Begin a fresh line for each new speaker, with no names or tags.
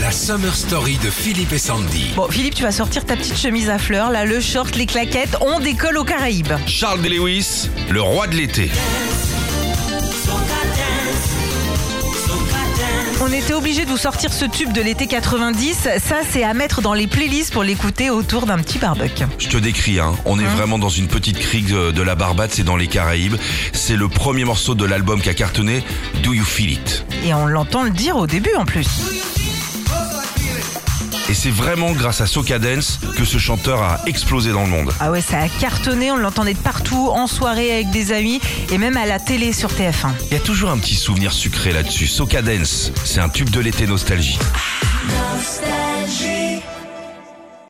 La Summer Story de Philippe et Sandy.
Bon, Philippe, tu vas sortir ta petite chemise à fleurs, là, le short, les claquettes, on décolle aux Caraïbes.
Charles Lewis, le roi de l'été.
On était obligé de vous sortir ce tube de l'été 90. Ça, c'est à mettre dans les playlists pour l'écouter autour d'un petit barbecue.
Je te décris, hein, on est vraiment dans une petite crique de, de la Barbade, c'est dans les Caraïbes. C'est le premier morceau de l'album qui a cartonné, Do You Feel It
Et on l'entend le dire au début en plus.
Et c'est vraiment grâce à Soca Dance que ce chanteur a explosé dans le monde.
Ah ouais, ça a cartonné, on l'entendait de partout, en soirée avec des amis et même à la télé sur TF1.
Il y a toujours un petit souvenir sucré là-dessus. Soca Dance, c'est un tube de l'été nostalgie.
nostalgia.